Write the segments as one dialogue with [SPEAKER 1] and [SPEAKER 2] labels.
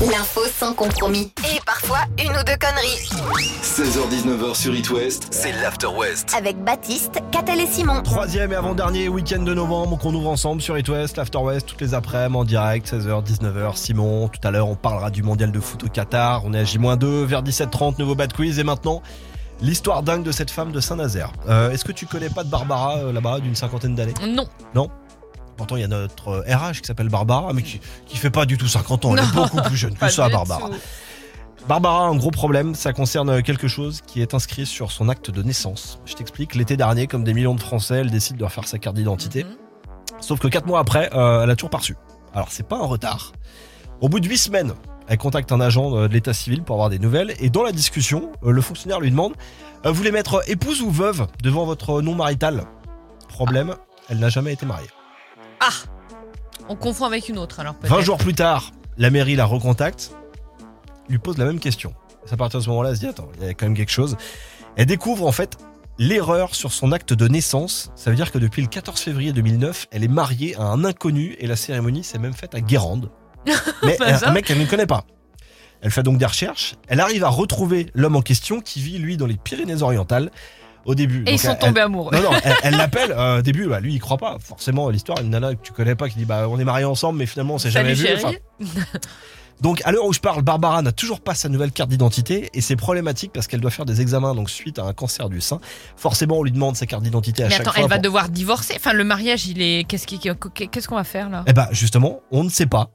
[SPEAKER 1] L'info sans compromis. Et parfois une ou deux conneries.
[SPEAKER 2] 16h-19h sur It West, c'est l'After West.
[SPEAKER 1] Avec Baptiste, Catel et Simon.
[SPEAKER 3] Troisième et avant-dernier week-end de novembre qu'on ouvre ensemble sur It West, l'After West, toutes les après-midi en direct, 16h, 19h. Simon, tout à l'heure, on parlera du mondial de foot au Qatar. On est à J-2, vers 17h30, nouveau bad quiz. Et maintenant, l'histoire dingue de cette femme de Saint-Nazaire. Euh, Est-ce que tu connais pas de Barbara euh, là-bas d'une cinquantaine d'années
[SPEAKER 4] Non.
[SPEAKER 3] Non Pourtant, il y a notre euh, RH qui s'appelle Barbara, mais qui, qui fait pas du tout 50 ans. Elle est beaucoup plus jeune que
[SPEAKER 4] Pas
[SPEAKER 3] ça,
[SPEAKER 4] du
[SPEAKER 3] Barbara.
[SPEAKER 4] tout.
[SPEAKER 3] Barbara a un gros problème, ça concerne euh, quelque chose qui est inscrit sur son acte de naissance. Je t'explique, l'été dernier, comme des millions de Français, elle décide de refaire sa carte d'identité.
[SPEAKER 4] Mhm.
[SPEAKER 3] Sauf que 4 mois après, euh, elle a toujours pas reçu. Alors c'est pas un retard. Au bout de 8 semaines, elle contacte un agent euh, de l'état civil pour avoir des nouvelles. Et dans la discussion, euh, le fonctionnaire lui demande euh, Vous voulez mettre épouse ou veuve devant votre nom marital Problème, elle n'a jamais été mariée.
[SPEAKER 4] Ah On confond avec une autre alors peut-être.
[SPEAKER 3] 20 jours plus tard, la mairie la recontacte, lui pose la même question. C'est à partir de ce moment-là, elle se dit attends, il y a quand même quelque chose. Elle découvre en fait l'erreur sur son acte de naissance. Ça veut dire que depuis le 14 février 2009, elle est mariée à un inconnu et la cérémonie s'est même faite à Guérande. Mais
[SPEAKER 4] Bah,
[SPEAKER 3] un
[SPEAKER 4] ça.
[SPEAKER 3] mec qu'elle ne connaît pas. Elle fait donc des recherches. Elle arrive à retrouver l'homme en question qui vit lui dans les Pyrénées-Orientales. Au début,
[SPEAKER 4] Et
[SPEAKER 3] Donc,
[SPEAKER 4] ils sont
[SPEAKER 3] elle-
[SPEAKER 4] tombés amoureux.
[SPEAKER 3] non, non, elle- elle l'appelle. euh, Au début, bah, lui, il croit pas. Forcément, l'histoire, une nana que tu connais pas qui dit bah, on est mariés ensemble, mais finalement, on s'est jamais
[SPEAKER 4] Salut
[SPEAKER 3] vu.
[SPEAKER 4] chérie.
[SPEAKER 3] Enfin, donc, à l'heure où je parle, Barbara n'a toujours pas sa nouvelle carte d'identité et c'est problématique parce qu'elle doit faire des examens donc suite à un cancer du sein. Forcément, on lui demande sa carte d'identité à
[SPEAKER 4] Mais
[SPEAKER 3] chaque
[SPEAKER 4] attends,
[SPEAKER 3] fois.
[SPEAKER 4] elle va
[SPEAKER 3] pour-
[SPEAKER 4] devoir divorcer. Enfin, le mariage, il est. Qu'est-ce qui- qu'est-ce qu'on va faire là
[SPEAKER 3] Eh ben, justement, on ne sait pas.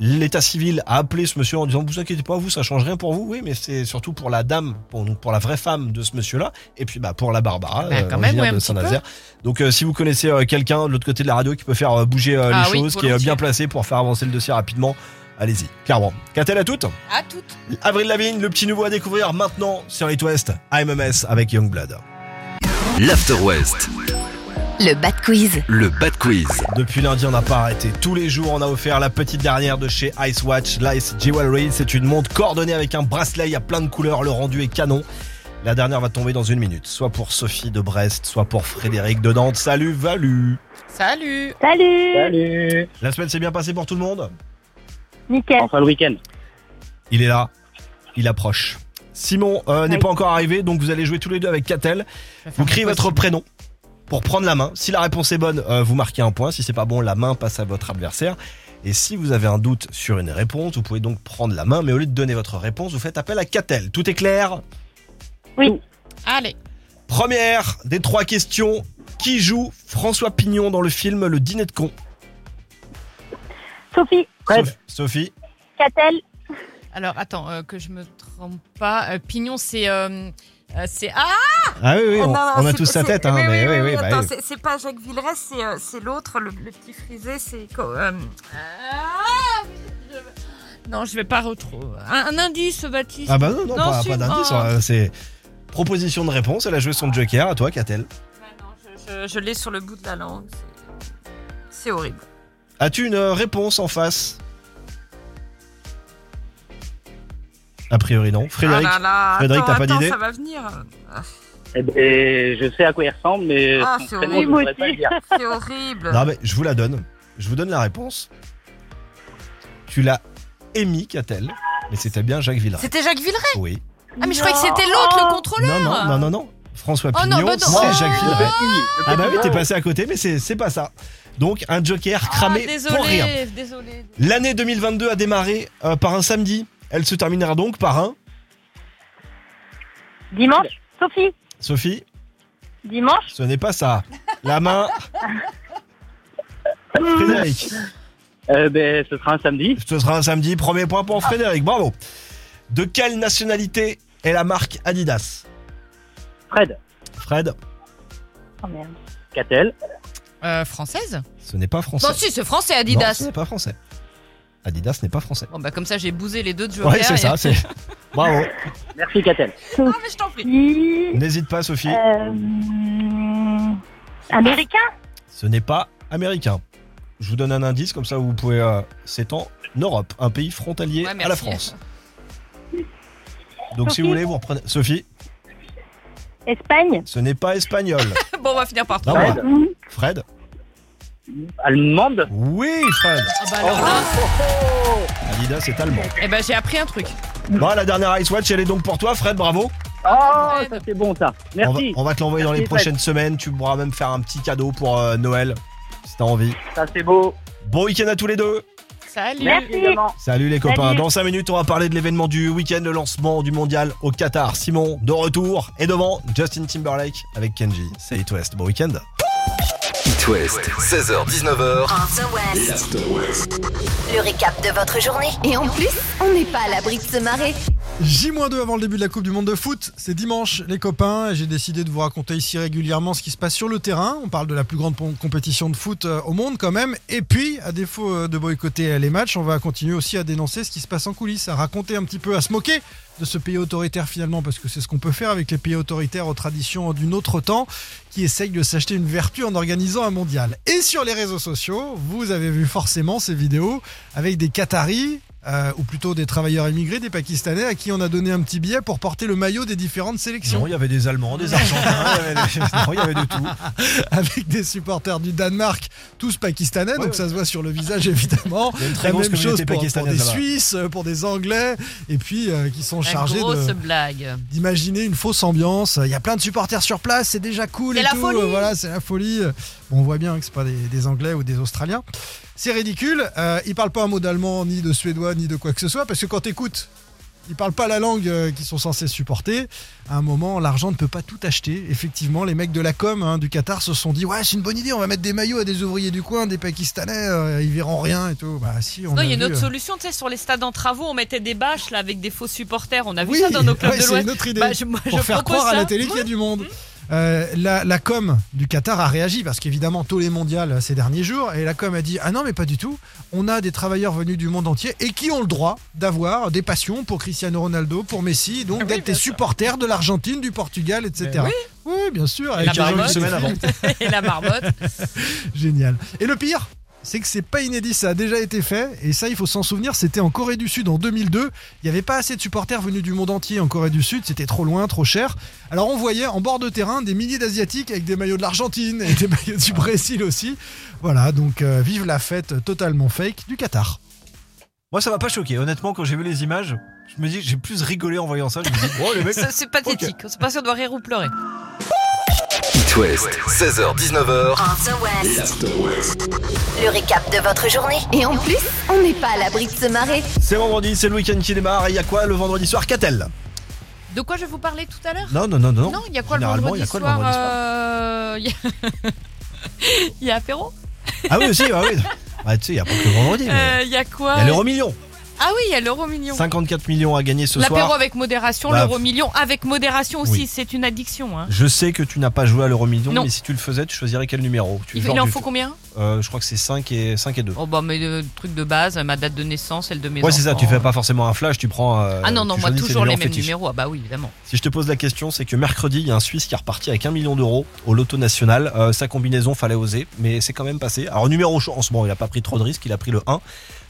[SPEAKER 3] L'état civil a appelé ce monsieur en disant vous inquiétez pas vous ça change rien pour vous oui mais c'est surtout pour la dame pour donc pour la vraie femme de ce monsieur là et puis bah pour la Barbara
[SPEAKER 4] Bah,
[SPEAKER 3] euh,
[SPEAKER 4] quand même,
[SPEAKER 3] originaire
[SPEAKER 4] ouais, un
[SPEAKER 3] de
[SPEAKER 4] petit
[SPEAKER 3] Saint-Nazaire donc euh, si vous connaissez euh, quelqu'un de l'autre côté de la radio qui peut faire euh, bouger euh,
[SPEAKER 4] Ah
[SPEAKER 3] les
[SPEAKER 4] oui,
[SPEAKER 3] choses qui est euh, bien
[SPEAKER 4] volontiers.
[SPEAKER 3] placé pour faire avancer le dossier rapidement allez-y clairement qu'a-t-elle à toutes
[SPEAKER 4] À toutes.
[SPEAKER 3] Avril Lavigne le petit nouveau à découvrir maintenant sur It West AMMS avec Youngblood
[SPEAKER 2] L'After West,
[SPEAKER 1] Le Bad Quiz.
[SPEAKER 2] le Bad Quiz.
[SPEAKER 3] Depuis lundi, on n'a pas arrêté. Tous les jours, on a offert la petite dernière de chez Icewatch, l'Ice Jewelry. C'est une montre coordonnée avec un bracelet à plein de couleurs. Le rendu est canon. La dernière va tomber dans une minute. Soit pour Sophie de Brest, soit pour Frédéric de Nantes. Salut, Valu.
[SPEAKER 4] Salut.
[SPEAKER 5] Salut
[SPEAKER 6] Salut
[SPEAKER 3] La semaine s'est bien passée pour tout le monde
[SPEAKER 5] Nickel.
[SPEAKER 6] Enfin le week-end.
[SPEAKER 3] Il est là. Il approche. Simon euh, n'est
[SPEAKER 5] Oui.
[SPEAKER 3] pas encore arrivé, donc vous allez jouer tous les deux avec Catel.
[SPEAKER 4] Je vais faire
[SPEAKER 3] Vous
[SPEAKER 4] mon
[SPEAKER 3] criez votre
[SPEAKER 4] possible.
[SPEAKER 3] prénom pour prendre la main. Si la réponse est bonne, euh, vous marquez un point. Si c'est pas bon, la main passe à votre adversaire. Et si vous avez un doute sur une réponse, vous pouvez donc prendre la main, mais au lieu de donner votre réponse, vous faites appel à Catel. Tout est clair
[SPEAKER 4] Allez.
[SPEAKER 3] Première des trois questions. Qui joue François Pignon dans le film Le Dîner de con
[SPEAKER 5] Sophie,
[SPEAKER 6] Fred.
[SPEAKER 3] Sophie- Sophie,
[SPEAKER 5] Catel,
[SPEAKER 4] Alors, attends, euh, que je me trompe pas. Euh, Pignon, c'est. euh, euh, c'est. Ah
[SPEAKER 3] Ah oui, oui,
[SPEAKER 7] Oh
[SPEAKER 3] on,
[SPEAKER 7] non, non,
[SPEAKER 3] on a
[SPEAKER 7] c'est-
[SPEAKER 3] tous sa
[SPEAKER 7] c'est-
[SPEAKER 3] tête, hein,
[SPEAKER 7] oui, oui,
[SPEAKER 3] mais
[SPEAKER 7] oui,
[SPEAKER 3] oui,
[SPEAKER 7] oui,
[SPEAKER 3] oui, bah
[SPEAKER 7] attends,
[SPEAKER 3] oui.
[SPEAKER 7] c'est- c'est pas Jacques Villeray, c'est euh, c'est l'autre, le, le petit frisé, c'est. co- euh,
[SPEAKER 4] Ah Je- Non, je vais pas retrouver. Un, un indice, Baptiste.
[SPEAKER 3] Ah bah non, non,
[SPEAKER 4] Non,
[SPEAKER 3] pas,
[SPEAKER 4] si-
[SPEAKER 3] pas d'indice.
[SPEAKER 4] oh.
[SPEAKER 3] hein, C'est proposition de réponse. Elle a joué son joker. À toi, Catel.
[SPEAKER 7] ouais, non, je je- je l'ai sur le bout de la langue. c'est- C'est horrible.
[SPEAKER 3] As-tu une euh, réponse en face A priori non. Frédéric,
[SPEAKER 7] Ah là là,
[SPEAKER 3] Frédéric,
[SPEAKER 7] attends,
[SPEAKER 3] t'as pas
[SPEAKER 7] attends,
[SPEAKER 3] d'idée
[SPEAKER 7] Ça va venir. Ah,
[SPEAKER 6] Eh ben, je sais à quoi il ressemble, mais
[SPEAKER 7] Ah,
[SPEAKER 6] son
[SPEAKER 7] c'est
[SPEAKER 6] prénom, je
[SPEAKER 7] horrible.
[SPEAKER 6] voudrais pas le dire.
[SPEAKER 7] C'est horrible.
[SPEAKER 3] non mais je vous la donne. Je vous donne la réponse. Tu l'as émis, Catel, mais c'était bien Jacques Villeray.
[SPEAKER 4] C'était Jacques Villeray.
[SPEAKER 3] Oui.
[SPEAKER 4] Ah, mais je croyais que c'était l'autre, le
[SPEAKER 3] Non,
[SPEAKER 4] contrôleur.
[SPEAKER 3] non, non, non, non. François
[SPEAKER 4] Oh non,
[SPEAKER 3] Pignon,
[SPEAKER 4] bah non.
[SPEAKER 3] c'est Jacques
[SPEAKER 4] Oh
[SPEAKER 3] Villeray.
[SPEAKER 6] Le
[SPEAKER 3] Ah bah oui,
[SPEAKER 6] petit
[SPEAKER 3] t'es
[SPEAKER 6] gars.
[SPEAKER 3] passé à côté, mais c'est c'est pas ça. Donc un joker cramé
[SPEAKER 4] Ah,
[SPEAKER 3] pour rien.
[SPEAKER 4] désolé, désolé.
[SPEAKER 3] L'année 2022 a démarré euh, par un samedi. Elle se terminera donc par un.
[SPEAKER 5] dimanche. Sophie,
[SPEAKER 3] Sophie,
[SPEAKER 5] dimanche.
[SPEAKER 3] ce n'est pas ça. La main. Frédéric.
[SPEAKER 6] Euh, ben, ce sera un samedi.
[SPEAKER 3] Ce sera un samedi. Premier point pour Frédéric. Bravo. De quelle nationalité est la marque Adidas
[SPEAKER 6] Fred,
[SPEAKER 3] Fred,
[SPEAKER 5] Oh merde.
[SPEAKER 6] Catel,
[SPEAKER 4] Euh, française
[SPEAKER 3] ce n'est pas français.
[SPEAKER 4] Non,
[SPEAKER 7] Bah,
[SPEAKER 4] si, c'est français,
[SPEAKER 3] Non,
[SPEAKER 4] Adidas.
[SPEAKER 3] ce n'est pas français. Adidas n'est pas français.
[SPEAKER 4] Bon, bah, comme ça, j'ai bousé les deux de Joker.
[SPEAKER 3] Oui, c'est
[SPEAKER 4] et-
[SPEAKER 3] ça. c'est- Bravo.
[SPEAKER 6] merci Catel.
[SPEAKER 7] Ah, mais je t'en prie.
[SPEAKER 5] Qui-
[SPEAKER 3] N'hésite pas, Sophie.
[SPEAKER 5] euh, américain
[SPEAKER 3] Ce n'est pas américain. Je vous donne un indice, comme ça vous pouvez. euh, c'est en Europe, un pays frontalier
[SPEAKER 4] Ouais,
[SPEAKER 3] à la
[SPEAKER 4] merci.
[SPEAKER 3] France. Donc si
[SPEAKER 5] Sophie.
[SPEAKER 3] vous voulez, vous reprenez. Sophie,
[SPEAKER 5] Espagne
[SPEAKER 3] ce n'est pas espagnol.
[SPEAKER 4] Bon, on va finir par
[SPEAKER 3] Non,
[SPEAKER 4] trouver.
[SPEAKER 3] moi.
[SPEAKER 6] Fred.
[SPEAKER 5] Mmh.
[SPEAKER 3] Ah Fred,
[SPEAKER 6] allemande.
[SPEAKER 3] Oui, Fred.
[SPEAKER 4] Ah bah alors là,
[SPEAKER 3] Adidas est allemand.
[SPEAKER 4] eh ben j'ai appris un truc.
[SPEAKER 3] Bon, la dernière Ice Watch, elle est donc pour toi, Fred. Bravo.
[SPEAKER 6] Oh,
[SPEAKER 4] Fred.
[SPEAKER 6] ça c'est bon ça.
[SPEAKER 3] On va,
[SPEAKER 6] Merci.
[SPEAKER 3] on va te l'envoyer dans les
[SPEAKER 6] Merci, Fred.
[SPEAKER 3] prochaines semaines. Tu pourras même faire un petit cadeau pour euh, Noël, si t'as envie.
[SPEAKER 6] Ça c'est beau.
[SPEAKER 3] Bon week-end à tous les deux.
[SPEAKER 4] Salut.
[SPEAKER 5] Merci.
[SPEAKER 6] Évidemment.
[SPEAKER 3] Salut les copains.
[SPEAKER 5] Salut.
[SPEAKER 3] Dans 5 minutes, on va parler de l'événement du week-end, le lancement du mondial au Qatar. Simon, de retour. Et devant, Justin Timberlake avec Kenji. C'est It West. Bon week-end.
[SPEAKER 2] It West, 16h-19h.
[SPEAKER 1] En The West.
[SPEAKER 2] L'After West.
[SPEAKER 1] Le récap de votre journée. Et en plus, on n'est pas à l'abri de se marrer.
[SPEAKER 8] J-2 avant le début de la Coupe du Monde de foot, c'est dimanche les copains, et j'ai décidé de vous raconter ici régulièrement ce qui se passe sur le terrain. On parle de la plus grande pom- compétition de foot euh, au monde quand même, et puis à défaut euh, de boycotter euh, les matchs, on va continuer aussi à dénoncer ce qui se passe en coulisses, à raconter un petit peu, à se moquer de ce pays autoritaire finalement, parce que c'est ce qu'on peut faire avec les pays autoritaires aux traditions d'une autre temps, qui essayent de s'acheter une vertu en organisant un mondial. Et sur les réseaux sociaux, vous avez vu forcément ces vidéos avec des Qataris, euh, ou plutôt des travailleurs immigrés, des Pakistanais, à qui on a donné un petit billet pour porter le maillot des différentes sélections,
[SPEAKER 3] il y avait des Allemands, des Argentins, il y avait, de tout.
[SPEAKER 8] avec des supporters du Danemark, tous pakistanais, donc ça se voit sur le visage évidemment.
[SPEAKER 3] Il y a une très
[SPEAKER 8] La
[SPEAKER 3] grosse
[SPEAKER 8] même chose
[SPEAKER 3] communauté
[SPEAKER 8] pour, pour
[SPEAKER 3] pakistanaise
[SPEAKER 8] des
[SPEAKER 3] là-bas.
[SPEAKER 8] Suisses, pour des Anglais, et puis euh, qui sont
[SPEAKER 7] La
[SPEAKER 8] chargés
[SPEAKER 7] grosse
[SPEAKER 8] de-
[SPEAKER 7] blague.
[SPEAKER 8] d'imaginer une fausse ambiance. Il y a plein de supporters sur place, c'est déjà cool
[SPEAKER 7] C'est
[SPEAKER 8] et
[SPEAKER 7] la
[SPEAKER 8] tout.
[SPEAKER 7] folie.
[SPEAKER 8] Voilà, c'est la folie. Bon, on voit bien que c'est pas des, des Anglais ou des Australiens. C'est ridicule. Euh, ils parlent pas un mot d'allemand, ni de suédois, ni de quoi que ce soit, parce que quand t'écoutes, ils parlent pas la langue euh, qu'ils sont censés supporter. À un moment, l'argent ne peut pas tout acheter. Effectivement, les mecs de la com hein, du Qatar se sont dit ouais, c'est une bonne idée, on va mettre des maillots à des ouvriers du coin, des Pakistanais, euh, ils verront rien et tout. Bah si, on
[SPEAKER 7] Non,
[SPEAKER 8] a
[SPEAKER 7] il y a une
[SPEAKER 8] vu,
[SPEAKER 7] autre
[SPEAKER 8] euh,
[SPEAKER 7] solution, tu sais, sur les stades en travaux, on mettait des bâches là avec des faux supporters. On a vu
[SPEAKER 8] Oui,
[SPEAKER 7] ça dans nos clubs
[SPEAKER 8] ouais,
[SPEAKER 7] de
[SPEAKER 8] c'est
[SPEAKER 7] l'Ouest.
[SPEAKER 8] une autre idée.
[SPEAKER 7] Bah, je, moi,
[SPEAKER 8] pour
[SPEAKER 7] je
[SPEAKER 8] faire
[SPEAKER 7] propose
[SPEAKER 8] croire à
[SPEAKER 7] ça.
[SPEAKER 8] la télé qu'il y a du monde. Euh, la, la com du Qatar a réagi parce qu'évidemment tous les mondiales euh, ces derniers jours et la com a dit ah non mais pas du tout on a des travailleurs venus du monde entier et qui ont le droit d'avoir des passions pour Cristiano Ronaldo pour Messi donc
[SPEAKER 4] Oui,
[SPEAKER 8] d'être
[SPEAKER 4] bien
[SPEAKER 8] des supporters de l'Argentine du Portugal etc
[SPEAKER 4] Mais
[SPEAKER 8] oui. bien sûr
[SPEAKER 7] La
[SPEAKER 8] avec un joli
[SPEAKER 7] marmotte.
[SPEAKER 8] sourire.
[SPEAKER 7] Et la marmotte.
[SPEAKER 8] Génial. Et le pire c'est que c'est pas inédit, ça a déjà été fait, et ça il faut s'en souvenir, c'était en Corée du Sud en 2002, il n'y avait pas assez de supporters venus du monde entier en Corée du Sud, c'était trop loin, trop cher, alors on voyait en bord de terrain des milliers d'Asiatiques avec des maillots de l'Argentine et des maillots du Brésil aussi, voilà, donc euh, vive la fête totalement fake du Qatar.
[SPEAKER 3] Moi, ça m'a pas choqué. Honnêtement, quand j'ai vu les images, je me dis, j'ai plus rigolé en voyant ça. Je me dis, oh, les mecs.
[SPEAKER 7] C'est c'est pathétique. C'est pas si on doit rire ou pleurer.
[SPEAKER 2] It West, 16h-19h.
[SPEAKER 1] En The West.
[SPEAKER 2] L'After West.
[SPEAKER 1] Le récap de votre journée. Et en plus, on n'est pas à l'abri de se marrer.
[SPEAKER 3] C'est vendredi, c'est le week-end qui démarre. Et il y a quoi le vendredi soir Qu'a-t-elle
[SPEAKER 4] De quoi je vous parlais tout à l'heure
[SPEAKER 3] Non, non, non, non.
[SPEAKER 4] Non, il y a quoi le
[SPEAKER 3] Généralement,
[SPEAKER 4] vendredi
[SPEAKER 3] il y a quoi le
[SPEAKER 4] soir
[SPEAKER 3] vendredi soir
[SPEAKER 4] euh, Il y a- il y a apéro
[SPEAKER 3] Ah oui, aussi, bah oui. Ouais, tu sais, il y a pas que le vendredi. mais
[SPEAKER 7] Euh, Il y a quoi
[SPEAKER 3] Il y a l'euro million.
[SPEAKER 4] Ah oui, il y a l'euro million.
[SPEAKER 3] 54 millions à gagner ce
[SPEAKER 4] L'apéro
[SPEAKER 3] soir.
[SPEAKER 4] avec modération,
[SPEAKER 3] Bah,
[SPEAKER 4] l'euro million avec modération aussi,
[SPEAKER 3] oui.
[SPEAKER 4] c'est une addiction. hein.
[SPEAKER 3] Je sais que tu n'as pas joué à l'euro million,
[SPEAKER 4] Non.
[SPEAKER 3] mais si tu le faisais, tu choisirais quel numéro Tu
[SPEAKER 4] Il,
[SPEAKER 3] genre
[SPEAKER 4] il en
[SPEAKER 3] du-
[SPEAKER 4] faut combien
[SPEAKER 3] Euh, Je crois que c'est 5 et, 5 et 2.
[SPEAKER 7] Oh bah mais le truc de base, ma date de naissance, celle de mes
[SPEAKER 3] ouais, c'est ça, tu
[SPEAKER 7] enfants.
[SPEAKER 3] fais pas forcément un flash, tu prends. euh,
[SPEAKER 7] Oh. Ah non, non,
[SPEAKER 3] tu
[SPEAKER 7] moi
[SPEAKER 3] choisis tes
[SPEAKER 7] toujours les mêmes
[SPEAKER 3] fétiches.
[SPEAKER 7] numéros. Ah bah oui, évidemment.
[SPEAKER 3] Si je te pose la question, c'est que mercredi, il y a un Suisse qui est reparti avec un million d'euros au loto national. Euh, sa combinaison, fallait oser, mais c'est quand même passé. Alors, numéro chaud, en ce moment, il a pas pris trop de risques, il a pris le 1.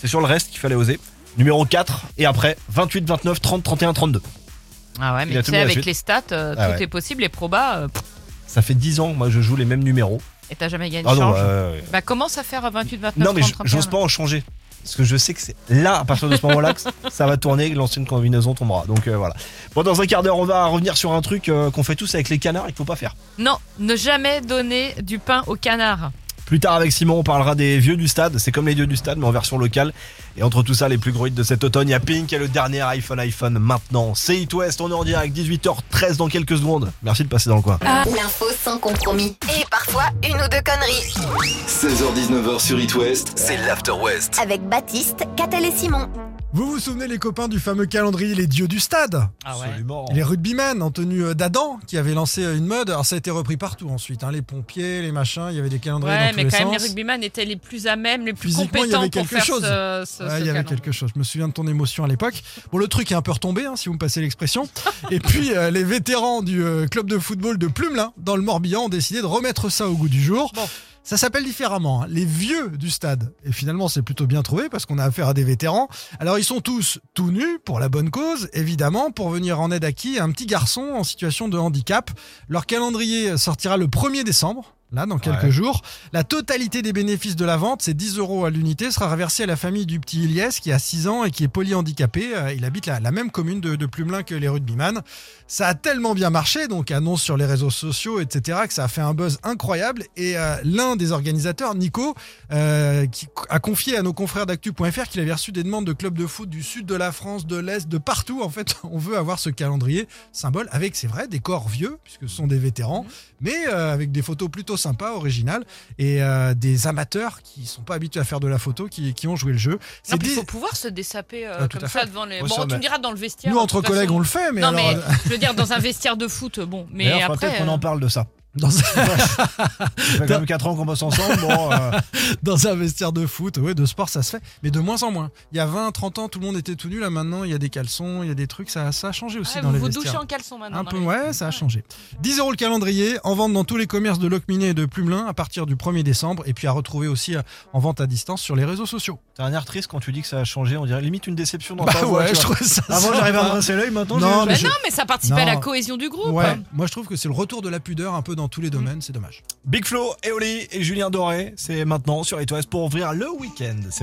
[SPEAKER 3] C'est sur le reste qu'il fallait oser. Numéro 4, et après, 28, 29, 30, 31, 32.
[SPEAKER 7] Ah ouais,
[SPEAKER 3] Il y a
[SPEAKER 7] mais tu
[SPEAKER 3] tout
[SPEAKER 7] sais,
[SPEAKER 3] le monde à
[SPEAKER 7] avec
[SPEAKER 3] suite.
[SPEAKER 7] les stats, euh,
[SPEAKER 3] Ah
[SPEAKER 7] tout
[SPEAKER 3] ouais.
[SPEAKER 7] est possible, les probas, euh, pff,
[SPEAKER 3] Ça fait 10 ans, moi, je joue les mêmes numéros.
[SPEAKER 7] et t'as jamais gagné
[SPEAKER 3] Ah non,
[SPEAKER 7] change.
[SPEAKER 3] euh,
[SPEAKER 7] Bah commence à faire à 28, 29,
[SPEAKER 3] non, mais
[SPEAKER 7] 30,
[SPEAKER 3] je- j'ose
[SPEAKER 7] 31.
[SPEAKER 3] pas en changer. Parce que je sais que c'est là, à partir de ce moment-là, que ça va tourner, que l'ancienne combinaison tombera. Donc euh, voilà. Bon, dans un quart d'heure, on va revenir sur un truc euh, qu'on fait tous avec les canards et qu'il faut pas faire.
[SPEAKER 7] Non, ne jamais donner du pain au canard.
[SPEAKER 3] Plus tard avec Simon, on parlera des vieux du stade. C'est comme les vieux du stade, mais en version locale. Et entre tout ça, les plus gros hits de cet automne, il y a Pink et le dernier iPhone iPhone maintenant. C'est It West, on est en direct, 18h13 dans quelques secondes. Merci de passer dans le coin.
[SPEAKER 1] L'info sans compromis. Et parfois, une ou deux conneries.
[SPEAKER 2] 16h-19h sur It West, c'est l'After West.
[SPEAKER 1] Avec Baptiste, Catel et Simon.
[SPEAKER 8] Vous vous souvenez les copains du fameux calendrier Les Dieux du Stade
[SPEAKER 7] Ah ouais.
[SPEAKER 3] Absolument.
[SPEAKER 8] Les rugbymen en tenue euh, d'Adam qui avaient lancé euh, une mode, alors ça a été repris partout ensuite, hein, les pompiers, les machins, il y avait des calendriers
[SPEAKER 7] Ouais,
[SPEAKER 8] dans
[SPEAKER 7] mais
[SPEAKER 8] tous
[SPEAKER 7] quand
[SPEAKER 8] les
[SPEAKER 7] même, les
[SPEAKER 8] sens.
[SPEAKER 7] rugbyman étaient les plus à même, les plus
[SPEAKER 8] Physiquement, il y
[SPEAKER 7] compétents
[SPEAKER 8] avait
[SPEAKER 7] pour
[SPEAKER 8] quelque
[SPEAKER 7] faire
[SPEAKER 8] chose.
[SPEAKER 7] ce, ce,
[SPEAKER 4] euh,
[SPEAKER 8] Ouais,
[SPEAKER 7] ce
[SPEAKER 8] il y avait
[SPEAKER 7] canon.
[SPEAKER 8] quelque chose. Je me souviens de ton émotion à l'époque. Bon, le truc est un peu retombé, hein, si vous me passez l'expression. Et puis, euh, les vétérans du euh, club de football de Plumelin, dans le Morbihan, ont décidé de remettre ça au goût du jour.
[SPEAKER 7] Bon.
[SPEAKER 8] Ça s'appelle différemment, hein, les vieux du stade. Et finalement, c'est plutôt bien trouvé parce qu'on a affaire à des vétérans. Alors, ils sont tous tout nus, pour la bonne cause, évidemment, pour venir en aide à qui Un petit garçon en situation de handicap. Leur calendrier sortira le 1er décembre. là, dans quelques
[SPEAKER 3] Ouais.
[SPEAKER 8] jours. La totalité des bénéfices de la vente, c'est 10 euros à l'unité, sera reversée à la famille du petit Iliès qui a 6 ans et qui est polyhandicapé. Euh, Il habite la, la même commune de, de Plumelin que les rugbyman. Ça a tellement bien marché, donc annonce sur les réseaux sociaux, etc., que ça a fait un buzz incroyable. Et euh, l'un des organisateurs, Nico, euh, qui a confié à nos confrères d'actu.fr qu'il avait reçu des demandes de clubs de foot du sud de la France, de l'Est, de partout. En fait, on veut avoir ce calendrier symbole avec, c'est vrai, des corps vieux, puisque ce sont des vétérans,
[SPEAKER 4] Mmh.
[SPEAKER 8] mais euh, avec des photos plutôt sympas, originales, et euh, des amateurs qui sont pas habitués à faire de la photo, qui, qui ont joué le jeu.
[SPEAKER 4] Non,
[SPEAKER 8] C'est
[SPEAKER 4] puis il
[SPEAKER 8] dit-
[SPEAKER 4] faut pouvoir se dessaper euh,
[SPEAKER 8] Ah, tout
[SPEAKER 4] comme
[SPEAKER 8] à
[SPEAKER 4] ça
[SPEAKER 8] fait.
[SPEAKER 4] devant les.
[SPEAKER 3] Au
[SPEAKER 4] Bon,
[SPEAKER 3] sommet.
[SPEAKER 4] tu me diras dans le vestiaire. hein,
[SPEAKER 8] Nous,
[SPEAKER 4] de
[SPEAKER 8] entre
[SPEAKER 4] toute façon.
[SPEAKER 8] collègues, on le fait, mais
[SPEAKER 4] non,
[SPEAKER 8] alors, euh,
[SPEAKER 4] mais je veux dire, dans un vestiaire de foot, bon. Mais
[SPEAKER 3] D'ailleurs, faudrait
[SPEAKER 4] après.
[SPEAKER 3] peut-être qu'on en
[SPEAKER 4] euh,
[SPEAKER 3] parle de ça.
[SPEAKER 8] dans,
[SPEAKER 3] Ça fait quand même 4 ans qu'on bosse ensemble. Bon, euh,
[SPEAKER 8] dans un vestiaire de foot, ouais, de sport, ça se fait, mais de moins en moins. Il y a 20, 30 ans, tout le monde était tout nu. Là, maintenant, il y a des caleçons, il y a des trucs. Ça, ça a changé aussi
[SPEAKER 4] ouais,
[SPEAKER 8] dans
[SPEAKER 4] vous
[SPEAKER 8] les
[SPEAKER 4] vous
[SPEAKER 8] vestiaires.
[SPEAKER 4] douchez en caleçon maintenant.
[SPEAKER 8] Un
[SPEAKER 4] dans
[SPEAKER 8] peu,
[SPEAKER 4] les
[SPEAKER 8] ouais,
[SPEAKER 4] vestiaires.
[SPEAKER 8] ça a changé. 10 euros le calendrier, en vente dans tous les commerces de Locminé et de Plumelin à partir du 1er décembre, et puis à retrouver aussi euh, en vente à distance sur les réseaux sociaux.
[SPEAKER 3] t'as un air triste quand tu dis que ça a changé. On dirait limite une déception dans ta voix. bah, tu vois.
[SPEAKER 8] Bah trouve ça.
[SPEAKER 3] Avant,
[SPEAKER 8] sympa.
[SPEAKER 3] j'arrivais à me hein. rincer l'œil. Maintenant,
[SPEAKER 8] Non,
[SPEAKER 3] j'ai-
[SPEAKER 8] mais
[SPEAKER 4] Bah
[SPEAKER 8] je-
[SPEAKER 4] non, mais ça participait à la
[SPEAKER 8] Non.
[SPEAKER 4] cohésion du groupe. hein.
[SPEAKER 8] Ouais, moi je trouve que c'est le retour de la pudeur un peu dans
[SPEAKER 4] Mm.
[SPEAKER 8] tous les domaines, c'est dommage.
[SPEAKER 3] Big Flo, Eoli et Julien Doré, c'est maintenant sur It West pour ouvrir le week-end. C'est